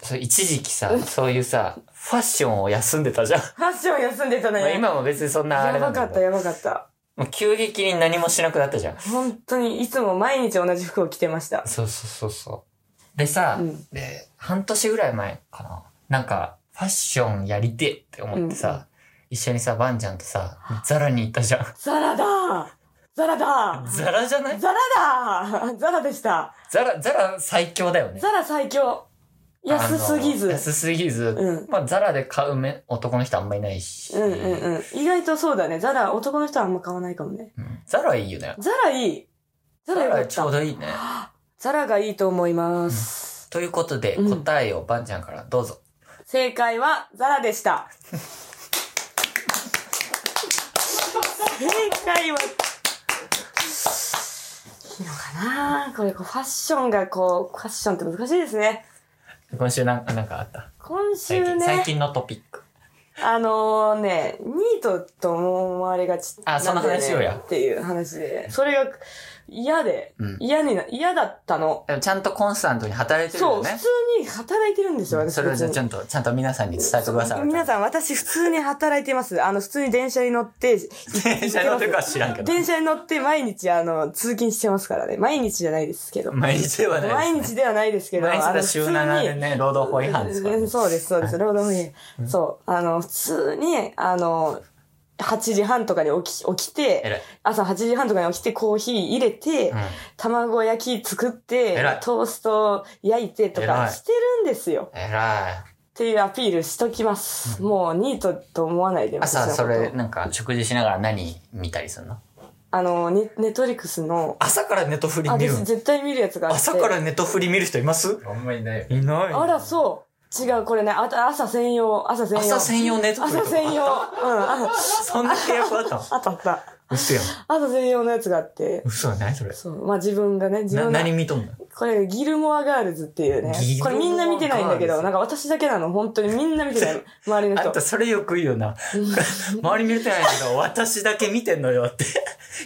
S1: ーそう一時期さ、そういうさ、ファッションを休んで たじゃん。
S2: ファッション休んでた
S1: まあ
S2: ね。
S1: 今も別にそんなあれな
S2: やば
S1: ん
S2: か
S1: だ
S2: った、
S1: けど。
S2: やばかった。
S1: もう急激に何もしなくなったじゃん。
S2: 本当に、いつも毎日同じ服を着てました。
S1: そうそうそうそう。でさ、
S2: うん
S1: で、半年ぐらい前かな。なんか、ファッションやりてえって思ってさ、
S2: うんうん
S1: 一緒にさ、バンちゃんとさ、ザラに行ったじゃん。
S2: ザラだザラだ
S1: ザラじゃない
S2: ザラだザラでした。
S1: ザラ、ザラ最強だよね。
S2: ザラ最強。安すぎ
S1: あ
S2: ず
S1: の。安すぎず。
S2: うん
S1: まあ、ザラで買うめ男の人あんまいないし。
S2: うんうんうん。意外とそうだね。ザラ、男の人はあんま買わないかもね。
S1: うんザラいいよね。
S2: ザラいい。ザラよかっ
S1: ちょう
S2: た。
S1: どいいね。
S2: ザラがいいと思います。
S1: ということで、
S2: うん
S1: 答えをバンちゃんからどうぞ。
S2: 正解はザラでした。正解は、いいのかなこれこうファッションがこう、ファッションって難しいですね。
S1: 今週なんなんかあった
S2: 今週
S1: 最近,、
S2: ね、
S1: 最近のトピック。
S2: あのね、ニートと思われがち。
S1: あその話をや
S2: っていう話で。それが嫌で
S1: うん、
S2: 嫌にな、嫌だったの。
S1: でもちゃんとコンスタントに働いてる
S2: そ
S1: よ
S2: う、普
S1: ね
S2: 通。に働いてるんですよ、私。
S1: それをじゃあ
S2: 別に
S1: ちゃんと、ちゃんと皆さんに伝えてください。
S2: 皆さん、私普通に働いてます。あの、普通に電車に乗って、
S1: 電車乗ってるかは知らんけど。
S2: 電車に乗って毎日、あの、通勤してますからね。毎日じゃないですけど。
S1: 毎日ではない
S2: 毎
S1: です、
S2: 日ではないですけ
S1: ね。
S2: ど、
S1: 毎
S2: あ
S1: 日
S2: の
S1: だ週7でね、労働法違反ですから、
S2: うん
S1: ね。
S2: そうです、そうです。労働法違反。そう。あの、普通に、あの、8時半とかに起き、起き
S1: 偉い
S2: て、朝8時半とかに起きてコーヒー入れて、
S1: うん
S2: 卵焼き作って
S1: 偉い、
S2: トースト焼いてと
S1: 偉
S2: か
S1: い
S2: してるんですよ。
S1: えらい。
S2: っていうアピールしときます。もうニートと思わないで
S1: 朝、そ
S2: 私の
S1: れ、
S2: こと
S1: なんか、食事しながら何見たりするの
S2: あの、ネネットフリックスの、
S1: 朝からネトフリ
S2: あ、
S1: 見る
S2: 私絶対見るやつがあって。
S1: ネトフリ見る人います
S4: あんまりないよ
S1: いない
S2: あら、そう。違う、これね、あと朝専用、朝専用。
S1: 朝専用ネトフリ
S2: 朝専用。うん、あ
S1: そんな契約あっ たの
S2: あったあった。
S1: 嘘やん。
S2: 朝専用のやつがあって。
S1: 嘘やないそれ。
S2: そう。まあ自分がね、自
S1: な、
S2: 分が。
S1: 何見とんの
S2: これ、ギルモアガールズっていうね
S1: ギル。モ
S2: こ
S1: ア
S2: れみんな見てないんだ
S1: ガ
S2: け
S1: ールズ
S2: ど、なんか私だけなの。本当にみんな 見てないの。周りの
S1: あ
S2: 人。
S1: んたそれよく言うよ な。周り見れてないけど、私だけ見てんのよ って。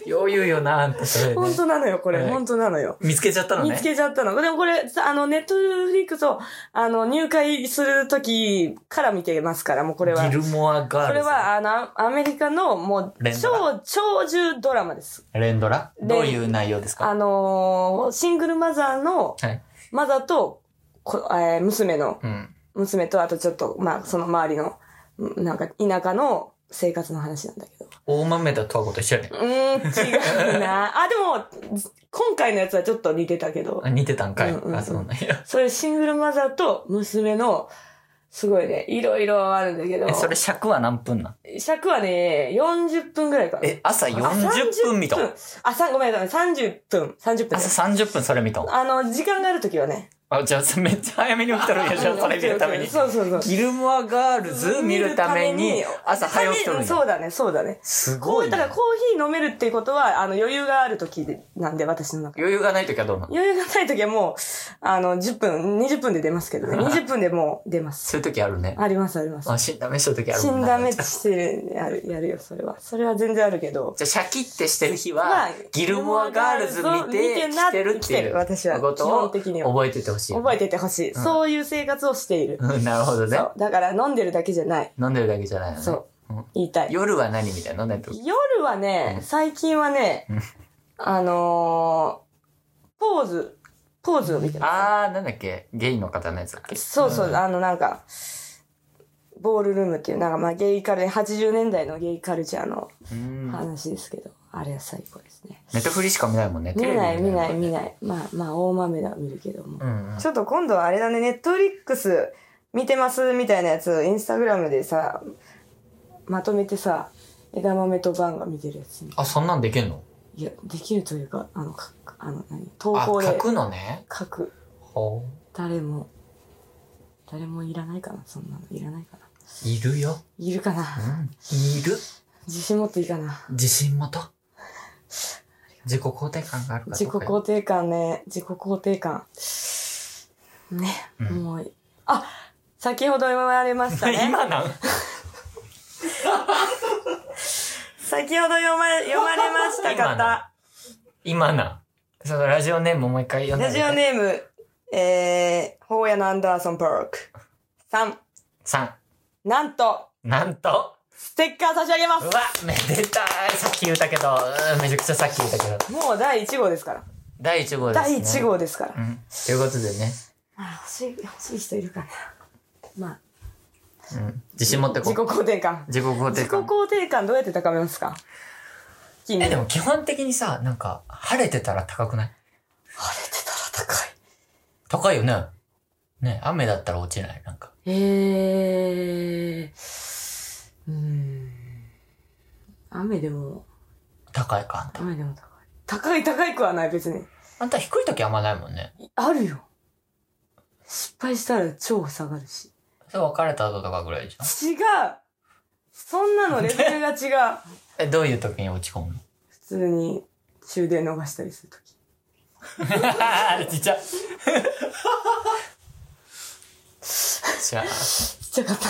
S1: よう言うよな、あんたそれ、ね。
S2: 本当なのよ、これ。
S1: はい
S2: 本当なのよ。
S1: 見つけちゃったのね。
S2: 見つけちゃったの。でもこれ、さあの、ネットフリックスを、あの、入会するときから見てますから、もうこれは。
S1: ギルモアガー
S2: こ
S1: ル
S2: れ
S1: ズ。
S2: は、あの、アメリカの、もう、
S1: 連ドラ
S2: 超、超重ドラマです。
S1: レンドラ
S2: で
S1: どういう内容ですか
S2: あのーシングルマザーの、
S1: はい。
S2: マザーと、こえー娘の、
S1: うん。
S2: 娘と、あとちょっと、まあ、その周りの、んなんか、田舎の生活の話なんだけど。
S1: 大豆田とはこと一緒やね
S2: う。ーん、違うな。 あ、でも、今回のやつはちょっと似てたけど
S1: あ、似てたんかい。
S2: うんうんうん
S1: あ、そうなんや。
S2: そういうシングルマザーと娘の、すごいね、いろいろあるんだけど
S1: え、、それ尺は何分なん
S2: 尺はね、40分ぐらいかな。
S1: え、朝
S2: あ
S1: 40分見た
S2: 30あ、さ、ごめんなさい、30分、30分です。
S1: 朝30分それ見た
S2: あの、時間があるときはね。
S1: あ、じゃあめっちゃ早めに起きとるん や、 じゃあそれ見るために。
S2: そうそうそう。
S1: ギルモアガールズ見るために朝早起きとるん
S2: そ
S1: や。
S2: うだね、そうだね。
S1: す
S2: こ
S1: ご
S2: う、
S1: い
S2: だから
S1: な。
S2: コーヒー飲めるっていうことは、あの、余裕があるときなんで、私の中で。
S1: 余裕がない時はどうなの
S2: 余裕がないときはもう、あの、10分、20分で出ますけどね。20分でもう出ます。
S1: そういう時あるね。
S2: あります、あります。
S1: あ、死んだめした時ある
S2: 死
S1: も
S2: ん
S1: な
S2: だ目
S1: じゃ
S2: してやる、やるよ、それは。それは全然あるけど。
S1: あシャキッてしてる日
S2: ま
S1: は
S2: あ、
S1: ギルモアガールズ見て、
S2: 見てな
S1: 来てるってい
S2: 来て
S1: う
S2: る私は
S1: こと
S2: 基
S1: を
S2: 本的には
S1: 覚えててほしい。
S2: 覚えててほしい。そういう生活をしている。
S1: うんなるほどね
S2: そ。う。だから飲んでるだけじゃない。
S1: 飲んでるだけじゃないのね。
S2: そ
S1: う
S2: う
S1: ん。
S2: 言いたい。
S1: 夜は何みたいなのね。
S2: 夜はね、最近はね、あのー、ポーズ、ポーズを見てま
S1: あー、なんだっけゲイの方のやつだっけ
S2: す。そうそう、あのなんか、ボールルームっていう、なんかまあゲイカル、80年代のゲイカルチャーの
S1: うん。
S2: 話ですけど、あれは最高ですね。
S1: ネタフリしか見ないもんね。
S2: 見ない見ない見
S1: い。
S2: ない。まあまあ大豆だ見るけども。
S1: うんうん。
S2: ちょっと今度はあれだね、ネットフリックス見てますみたいなやつ、インスタグラムでさ、まとめてさ、枝豆とバンが見てるやつに。
S1: あ、そんなんできんの
S2: いや、できるというか、あの、かあの、何投
S1: あ、
S2: 稿
S1: 書
S2: で
S1: くのね。
S2: 書く。
S1: ほう。
S2: 誰も、誰もいらないかな、そんなの。いらないかな。
S1: いるよ。
S2: いるかな
S1: うん。いる。
S2: 自信持っていいかな
S1: 自信もと。自己肯定感があるか
S2: 自己
S1: どうかよ
S2: 肯定感ね。自己肯定感。ね。
S1: うん
S2: もう、あ先ほど言われました ね。
S1: 今なん
S2: 先ほど読まれ、読まれました
S1: 今な
S2: 方。
S1: 今なんそのラジオネームもう一回読ん
S2: ラ
S1: で
S2: ジオネーム、えー、ホーヤのアンダーソン・パーク。さん、
S1: 3。
S2: なんと、
S1: なんと。
S2: ステッカー差し上げま
S1: う
S2: す
S1: わ、めでたい。さっき言ったけど、うんめちゃくちゃさっき言ったけど。
S2: もう第1号ですから。
S1: 第1号です、ね。
S2: 第1。号ですから。
S1: うん。ということでね、
S2: あ欲しい、欲しい人いるかな。まあ、
S1: うん。自信持ってこ
S2: 自己
S1: う。
S2: 肯定感。
S1: 自己肯定
S2: 自己
S1: 感。
S2: 肯定感どうやって高めますか君。
S1: え、で
S2: も。
S1: も基本的にさ、なんか、晴れてたら高くない
S2: 晴れてたら高い。
S1: 高いよね。ね、雨だったら落ちない。なんか。
S2: えー、うーん。雨でも、
S1: 高いか、あんた。
S2: 雨でも高い。高い高いくはない、別に。
S1: あんた低い時あんまないもんね。
S2: あるよ。失敗したら超下がるし。
S1: それ別れた後とかぐらいじゃん。
S2: 違うそんなのレベルが違う
S1: え、どういう時に落ち込むの
S2: 普通に終電逃したりするとき。
S1: ちっちゃ。じゃあ、
S2: ちっちゃかった。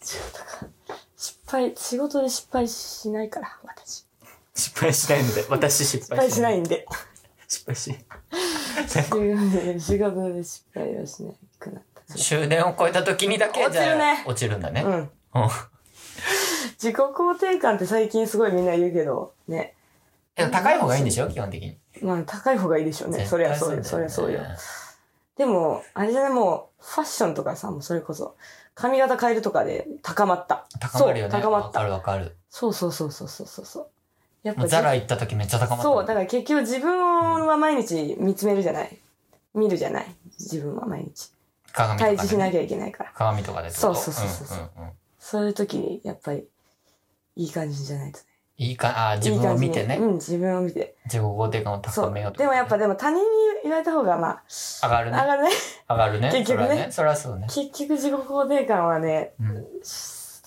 S2: ちっちゃかった。失敗、仕事で失敗しないから、私。
S1: 失敗しないので、私失
S2: 失
S1: 敗
S2: 敗
S1: し
S2: し
S1: な。
S2: ないいんで。
S1: 失敗しない。
S2: 仕事で失敗はしなくなった。
S1: 終電を超えた時にだけ、
S2: 落ちるね
S1: じゃあ落ちるんだね。
S2: うん。
S1: うん。
S2: 自己肯定感って最近すごいみんな言うけど、ね。
S1: でも高い方がいいんでしょ基本的に。
S2: まあ、高い方がいいでしょうね。そりゃそうよ。
S1: 絶
S2: そり
S1: 対
S2: ゃそう
S1: だ
S2: よ
S1: よね。
S2: でも、あれじゃない、もう、ファッションとかさ、もうそれこそ、髪型変えるとかで高まった。
S1: 高まるよね。
S2: そう、高ま
S1: わ
S2: った
S1: か。るわかる。
S2: そうそうそうそうそうそうそう。やっ
S1: もう
S2: ぱ
S1: ザラ行った時めっちゃ高まった。
S2: そう、だから結局自分は毎日見つめるじゃない。見るじゃない。自分は毎日。
S1: 鏡とか
S2: 対
S1: で
S2: 峙しなきゃいけないから。
S1: 鏡とかでってこと
S2: そうそうそうそうそ
S1: んんん
S2: そういう時に、やっぱり、いい感じじゃないとね。
S1: いいか、あー自分を見て
S2: いい感
S1: ね
S2: じ。にうん、自分を見て。
S1: 自己肯定感を
S2: そ
S1: 高
S2: う。
S1: めようと
S2: でもやっぱでも他人に言われた方が、まあ、
S1: 上がる
S2: 上
S1: ね。
S2: がるね。
S1: 上がるね。
S2: 結局ね
S1: そりゃそりゃそうね。
S2: 結局自己肯定感はね、
S1: うん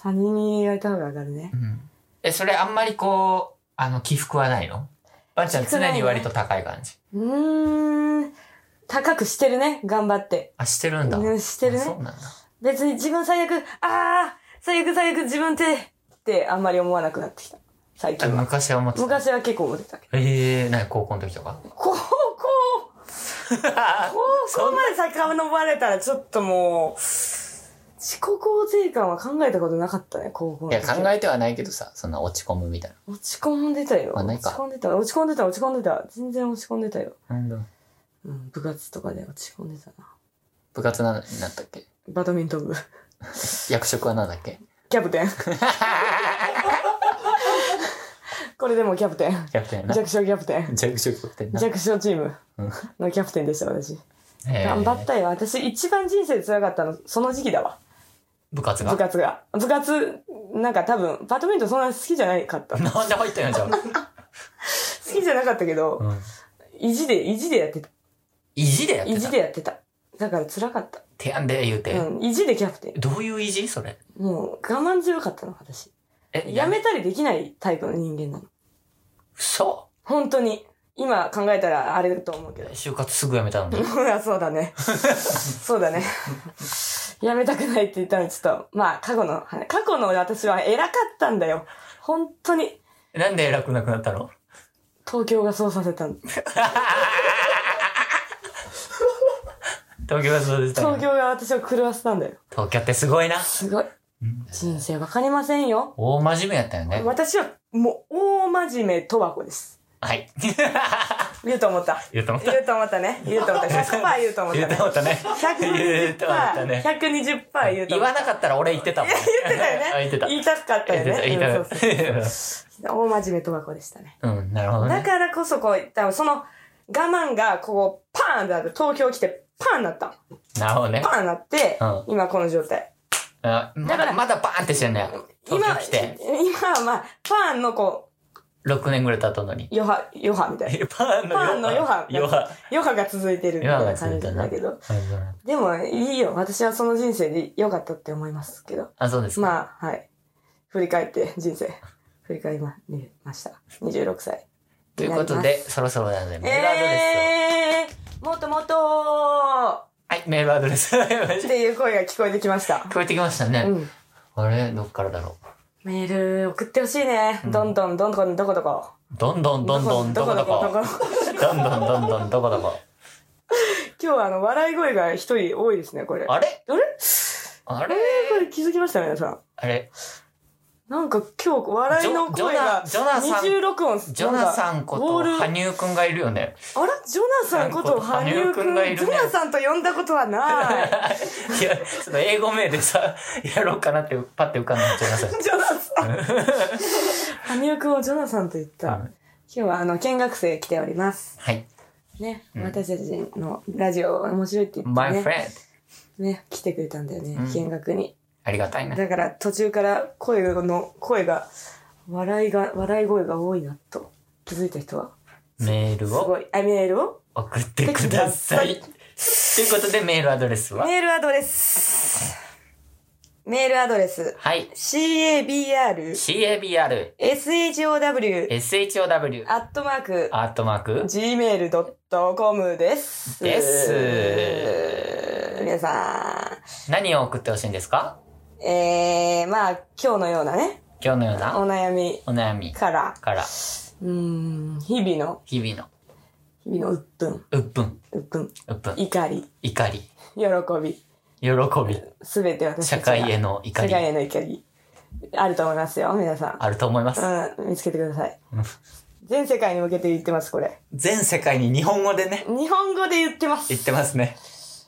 S2: 他人に言われた方が上がるね
S1: う。ん。え、それあんまりこう、あの、起伏はないのワンちゃん
S2: 起伏ない
S1: 常
S2: ね
S1: に割と高い感じ。
S2: うーん。高くしてるね、頑張って。
S1: あ、してるんだ。
S2: うんしてる
S1: あそう
S2: ね。
S1: なんだ。
S2: 別に自分最悪、あー、最悪最悪自分って、ってあんまり思わなくなってきた。最
S1: あ
S2: 近は。
S1: 昔は思ってた。
S2: 昔は結構思ってたけ
S1: ええー、なに高校の時と か
S2: ど。高校高校まで遡れたらちょっともう、自己肯定感は考えたことなかったね、高校の
S1: いや、
S2: 時。
S1: 考えてはないけどさ、そんな落ち込むみたいな。
S2: 落ち込んでたよ。
S1: あな
S2: 落
S1: い
S2: ち
S1: か
S2: 込んでた。落ち込んでた、落ち込んでた。全然落ち込んでたよ。
S1: なんだ
S2: うん、部活とかで落ち込んでたな。
S1: 部活な、なんだっけ
S2: バドミントン部。
S1: 役職はなんだっけ
S2: キャプ テン。これでもキャプテン。
S1: キャプテンやな。
S2: 弱小キャプテン。
S1: 弱職ってな。
S2: 弱小チーム
S1: うん
S2: のキャプテンでした、私。
S1: えー
S2: 頑張ったよ。私、一番人生で辛かったの、その時期だわ。
S1: 部活が
S2: 部活が。部活、なんか多分、バドミントンそんな好きじゃないかった。好
S1: なんで入ったんや じゃん。
S2: きじゃなかったけど、
S1: うん
S2: 意地で、意地でやってた。
S1: 意地でやって
S2: 意
S1: た。
S2: 地でやってた。だから辛かった。
S1: 手やんで言うて。
S2: うん、意地でキャプテン。
S1: どういう意地それ。
S2: もう、我慢強かったの、私。
S1: え、
S2: やめたりできないタイプの人間なの。
S1: そ
S2: 本当に。今考えたらあれだと思うけど
S1: う。。就活すぐやめたのに。
S2: ほら、そうだね。そうだね。 やめたくないって言ったのちょっと、まあ、過去の、はい過去の私は偉かったんだよ。本当に。
S1: なんで偉くなくなったの
S2: 東京がそうさせたの。
S1: 東京はそうでしたね
S2: 東京が私を狂わせたんだよ。
S1: 東京ってすごいな。
S2: すごい。人生わかりませんよ。
S1: 大真面目やったよね。
S2: 私は、もう、大真面目とばこです。
S1: はい。
S2: 言うと思った。
S1: 言うと思った
S2: 言。うと思ったね。言うと思った。100%言うと思っ
S1: 言
S2: た
S1: うと
S2: ね。
S1: 思ったね。言うと思った
S2: 120%、
S1: ね。
S2: 120%言うと
S1: 言
S2: 思
S1: わ
S2: った。
S1: なかったら俺言ってたもん。言っ
S2: 言ってたよね。
S1: 言ってた。
S2: 言いたかったよね。
S1: 言ってた
S2: うんそうそう
S1: 言って
S2: 大真面目とばこでしたね。
S1: た。 うん、なるほど
S2: だ
S1: ね。
S2: からこそこう、多分その我慢がこう、パーンってなって、東京来てパーンなったの。
S1: なるほどね
S2: パ。ーンなって、
S1: う
S2: 今この状態。
S1: あま
S2: だか
S1: だ、
S2: ら
S1: まだバーンってしてんのよ。東京来て。
S2: 今、今はまあ、パーンのこう、
S1: 6年ぐらい経ったのに。
S2: ヨハ、ヨハみたいな。
S1: パン
S2: パンのヨハ
S1: ヨハ。
S2: ヨハが続いてるみたいな感じなんだけど。でも、いいよ。私はその人生で良かったって思いますけど。
S1: あ、そうですか。
S2: まあ、はい。振り返って、人生。振り返りました。26歳。
S1: ということ
S2: なり
S1: で、そろそろなので、メールアドレスを。
S2: えー、もっともっと
S1: はい、メールアドレス。
S2: ーっ
S1: 聞
S2: ていう声が聞こえてきました。
S1: こえてきました
S2: う
S1: ね。
S2: ん。
S1: あれどっからだろ
S2: メール送ってほしいね。
S1: うん
S2: どんどんどんどんどこどこ。
S1: う。どんどんどんどんどこどこ。どんどんどんどんどこどこ。
S2: 今日はあの、笑い声が一人多いですね、これ。
S1: あれ
S2: あれ
S1: あ
S2: え
S1: れ
S2: ー、これ気づきました皆さん。
S1: あれ
S2: なんか今日、笑いの声が、
S1: ジョジョナサン
S2: 二重録音。
S1: ジョナサンこ
S2: ボ
S1: と
S2: ール
S1: 羽生くんがいるよね。
S2: あらジョナサンこと羽生く
S1: 羽生
S2: ん、
S1: くんがいるね
S2: ジョナサンと呼んだことはない。
S1: いや、その英語名でさ、やろうかなってパッて浮かんだジョナサン。
S2: ジョナサン。 羽生くんをジョナサンと言った。
S1: うん
S2: 今日はあの、見学生来ております。
S1: はい。
S2: ね、
S1: うん
S2: 私たちのラジオ面白いって言っ
S1: My
S2: てね、
S1: friend.
S2: ね、来てくれたんだよね、
S1: うん
S2: 見学に。
S1: ありがたいね。
S2: だから途中から声の、声が、笑いが、笑い声が多いなと気づいた人は、
S1: メール
S2: す
S1: を
S2: ごい。あ、メールを
S1: 送ってください。ということで、メールアドレスは
S2: メールアドレス。メールアドレス。
S1: はい。
S2: cabr,
S1: cabr,
S2: show,
S1: show,
S2: アットマーク、
S1: アートマーク、
S2: gmail.com です。
S1: です
S2: 皆さ
S1: 何を送ってほしいんですか
S2: ん、えー、まあ、今日のようなね、
S1: 今日のよう
S2: お
S1: な
S2: 悩み
S1: お悩み
S2: から、
S1: から、
S2: うーん、日々の、
S1: 日々の、
S2: 日々の鬱憤、
S1: うっぷん、
S2: 鬱憤、
S1: うっぷん、
S2: 怒り、
S1: 怒り、
S2: 喜び、
S1: 喜び、
S2: すべて私た
S1: 社
S2: ちが
S1: 会への怒
S2: 社会
S1: り、
S2: への怒り、あると思いますよ、皆さ
S1: あると思います。
S2: ん。うん、見つけてください
S1: うん。
S2: 全世界に向けて言ってます、これ。
S1: 全世界に日本語でね、
S2: 日本語で言ってます。
S1: 言ってますね。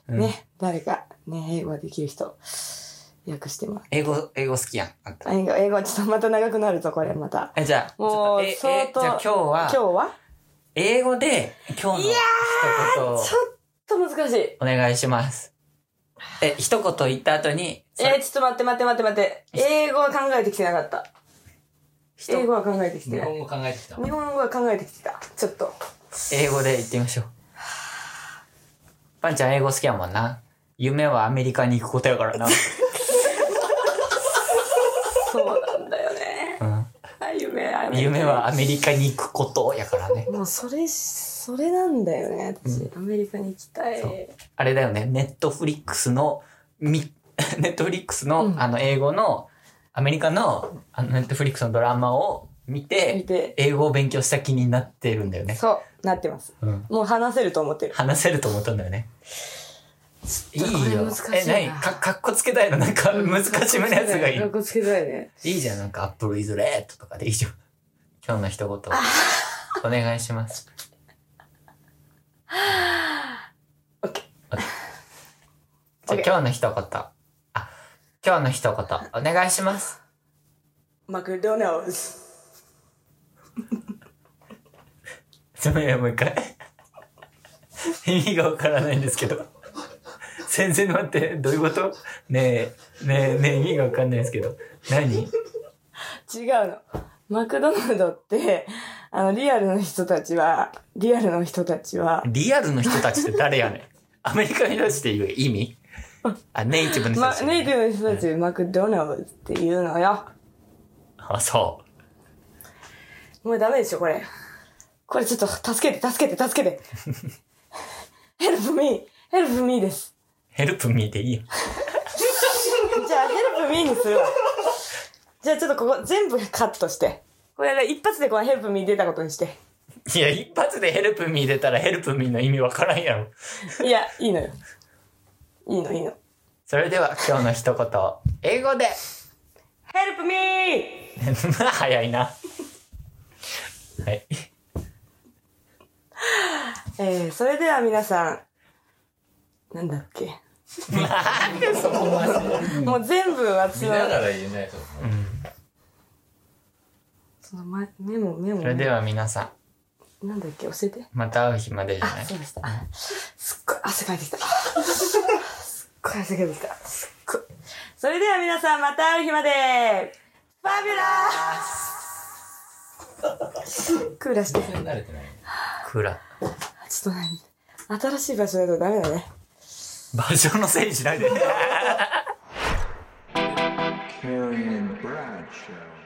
S1: うん
S2: ね、誰か、ね、英語ができる人、訳してもら
S1: 英語、英語好きやん。あんた
S2: う。英語、英語、ちょっとまた長くなるぞ、これ、また。
S1: え、じゃあ、ち
S2: も
S1: ょっと
S2: う
S1: ええじゃ
S2: 相当
S1: あ今日
S2: 今日
S1: は、
S2: は
S1: 英語で今日の一言を
S2: ちょっと難しい。え
S1: お願いします。え、一言言った後に、それ
S2: ー、ちょっと待って待って待って待って。英語は考えてきてなかった。
S1: 一
S2: 英語は考えてき
S1: 日
S2: てない。
S1: 本語考えてきた。
S2: 日本語は考えてきてた。ちょっと。
S1: 英語で言ってみましょう。パンちゃん英語好きやもんな。夢はアメリカに行くことや からな。
S2: そうなんだよね。あ夢、あ
S1: うん、夢。はアメリカに行くことやからね。
S2: もうそれ、それなんだよね。私、アメリカに行きたい。
S1: そうあれだよね、ネットフリックスの、み、 ネットフリックスの、
S2: うん
S1: あの、英語の、アメリカの、あの、ネットフリックスのドラマを見
S2: 見
S1: て、
S2: て。
S1: 英語を勉強した気になってるんだよね。
S2: そう、なってます。
S1: うん。
S2: もう話せると思ってる。
S1: 話せると思ったんだよね。いい
S2: ょっとこれ
S1: よ
S2: 難し。いな
S1: え、何か、かっこつけたいのなんか、難しめのやつがいい
S2: か。っこつけたいね。
S1: いいじゃん、なんか、アップルイズレッドとかでいいじゃん。今日の一言、お願いし ます。
S2: オッケ
S1: じゃあ
S2: OK
S1: 今日の一言。あ、今日の一言、お願いします。
S2: ー。マクドナルド。
S1: すみません、もう一回。 意味がわからないんですけど。全然待って、どういうことねえ、ねえ、ねえ、意味がわかんないですけど。何
S2: 違うの。マクドナルドって、あの、リアルの人たちは、リアルの人たちは、
S1: リアルの人たちって誰 やねん。アメリカに出して言う意味あ、ネイティブの人
S2: ま
S1: た、ち、
S2: ネイティブの人たち、マクドナルドって言うのよ。
S1: あ、そ
S2: もうダメでしょ、これ。これちょっと、助けて、助けて、助 けて。ヘルプミー、ヘルプミーです。
S1: う。ヘルプミーでいいよ。
S2: じゃあ、ヘルプミーにするわ。じゃあ、ちょっとここ、全部カットして。これ、一発でこのヘルプミー出たことにして。
S1: いや、一発でヘルプミー出たらヘルプミーの意味わからんやろ。
S2: いや、いいのよ。いいの、いいの。
S1: それでは今日の一言、英語で。
S2: ヘルプミー
S1: 早いな。はい。
S2: えー、それでは皆さん、なんだっけ。
S1: なんでそこまで。
S2: もう全部私
S4: 見な
S2: の、
S4: がら言えないと思
S1: うん
S2: その前メモ、メモ、
S1: それでは皆さん、
S2: なんだっけ、教えて。
S1: また会う日までじゃな
S2: あ、
S1: い
S2: そうでした。すっごい汗かいてきた。すっごい汗かいてきた。すっごい。それでは皆さんまた会う日までファビュラークーラーして。ちょ
S4: 全然慣れてない。
S1: クーラ
S2: っとね、新しい場所だとダメだね。
S1: ー。場所のせいにしないで。
S3: Carrion Bradshaw.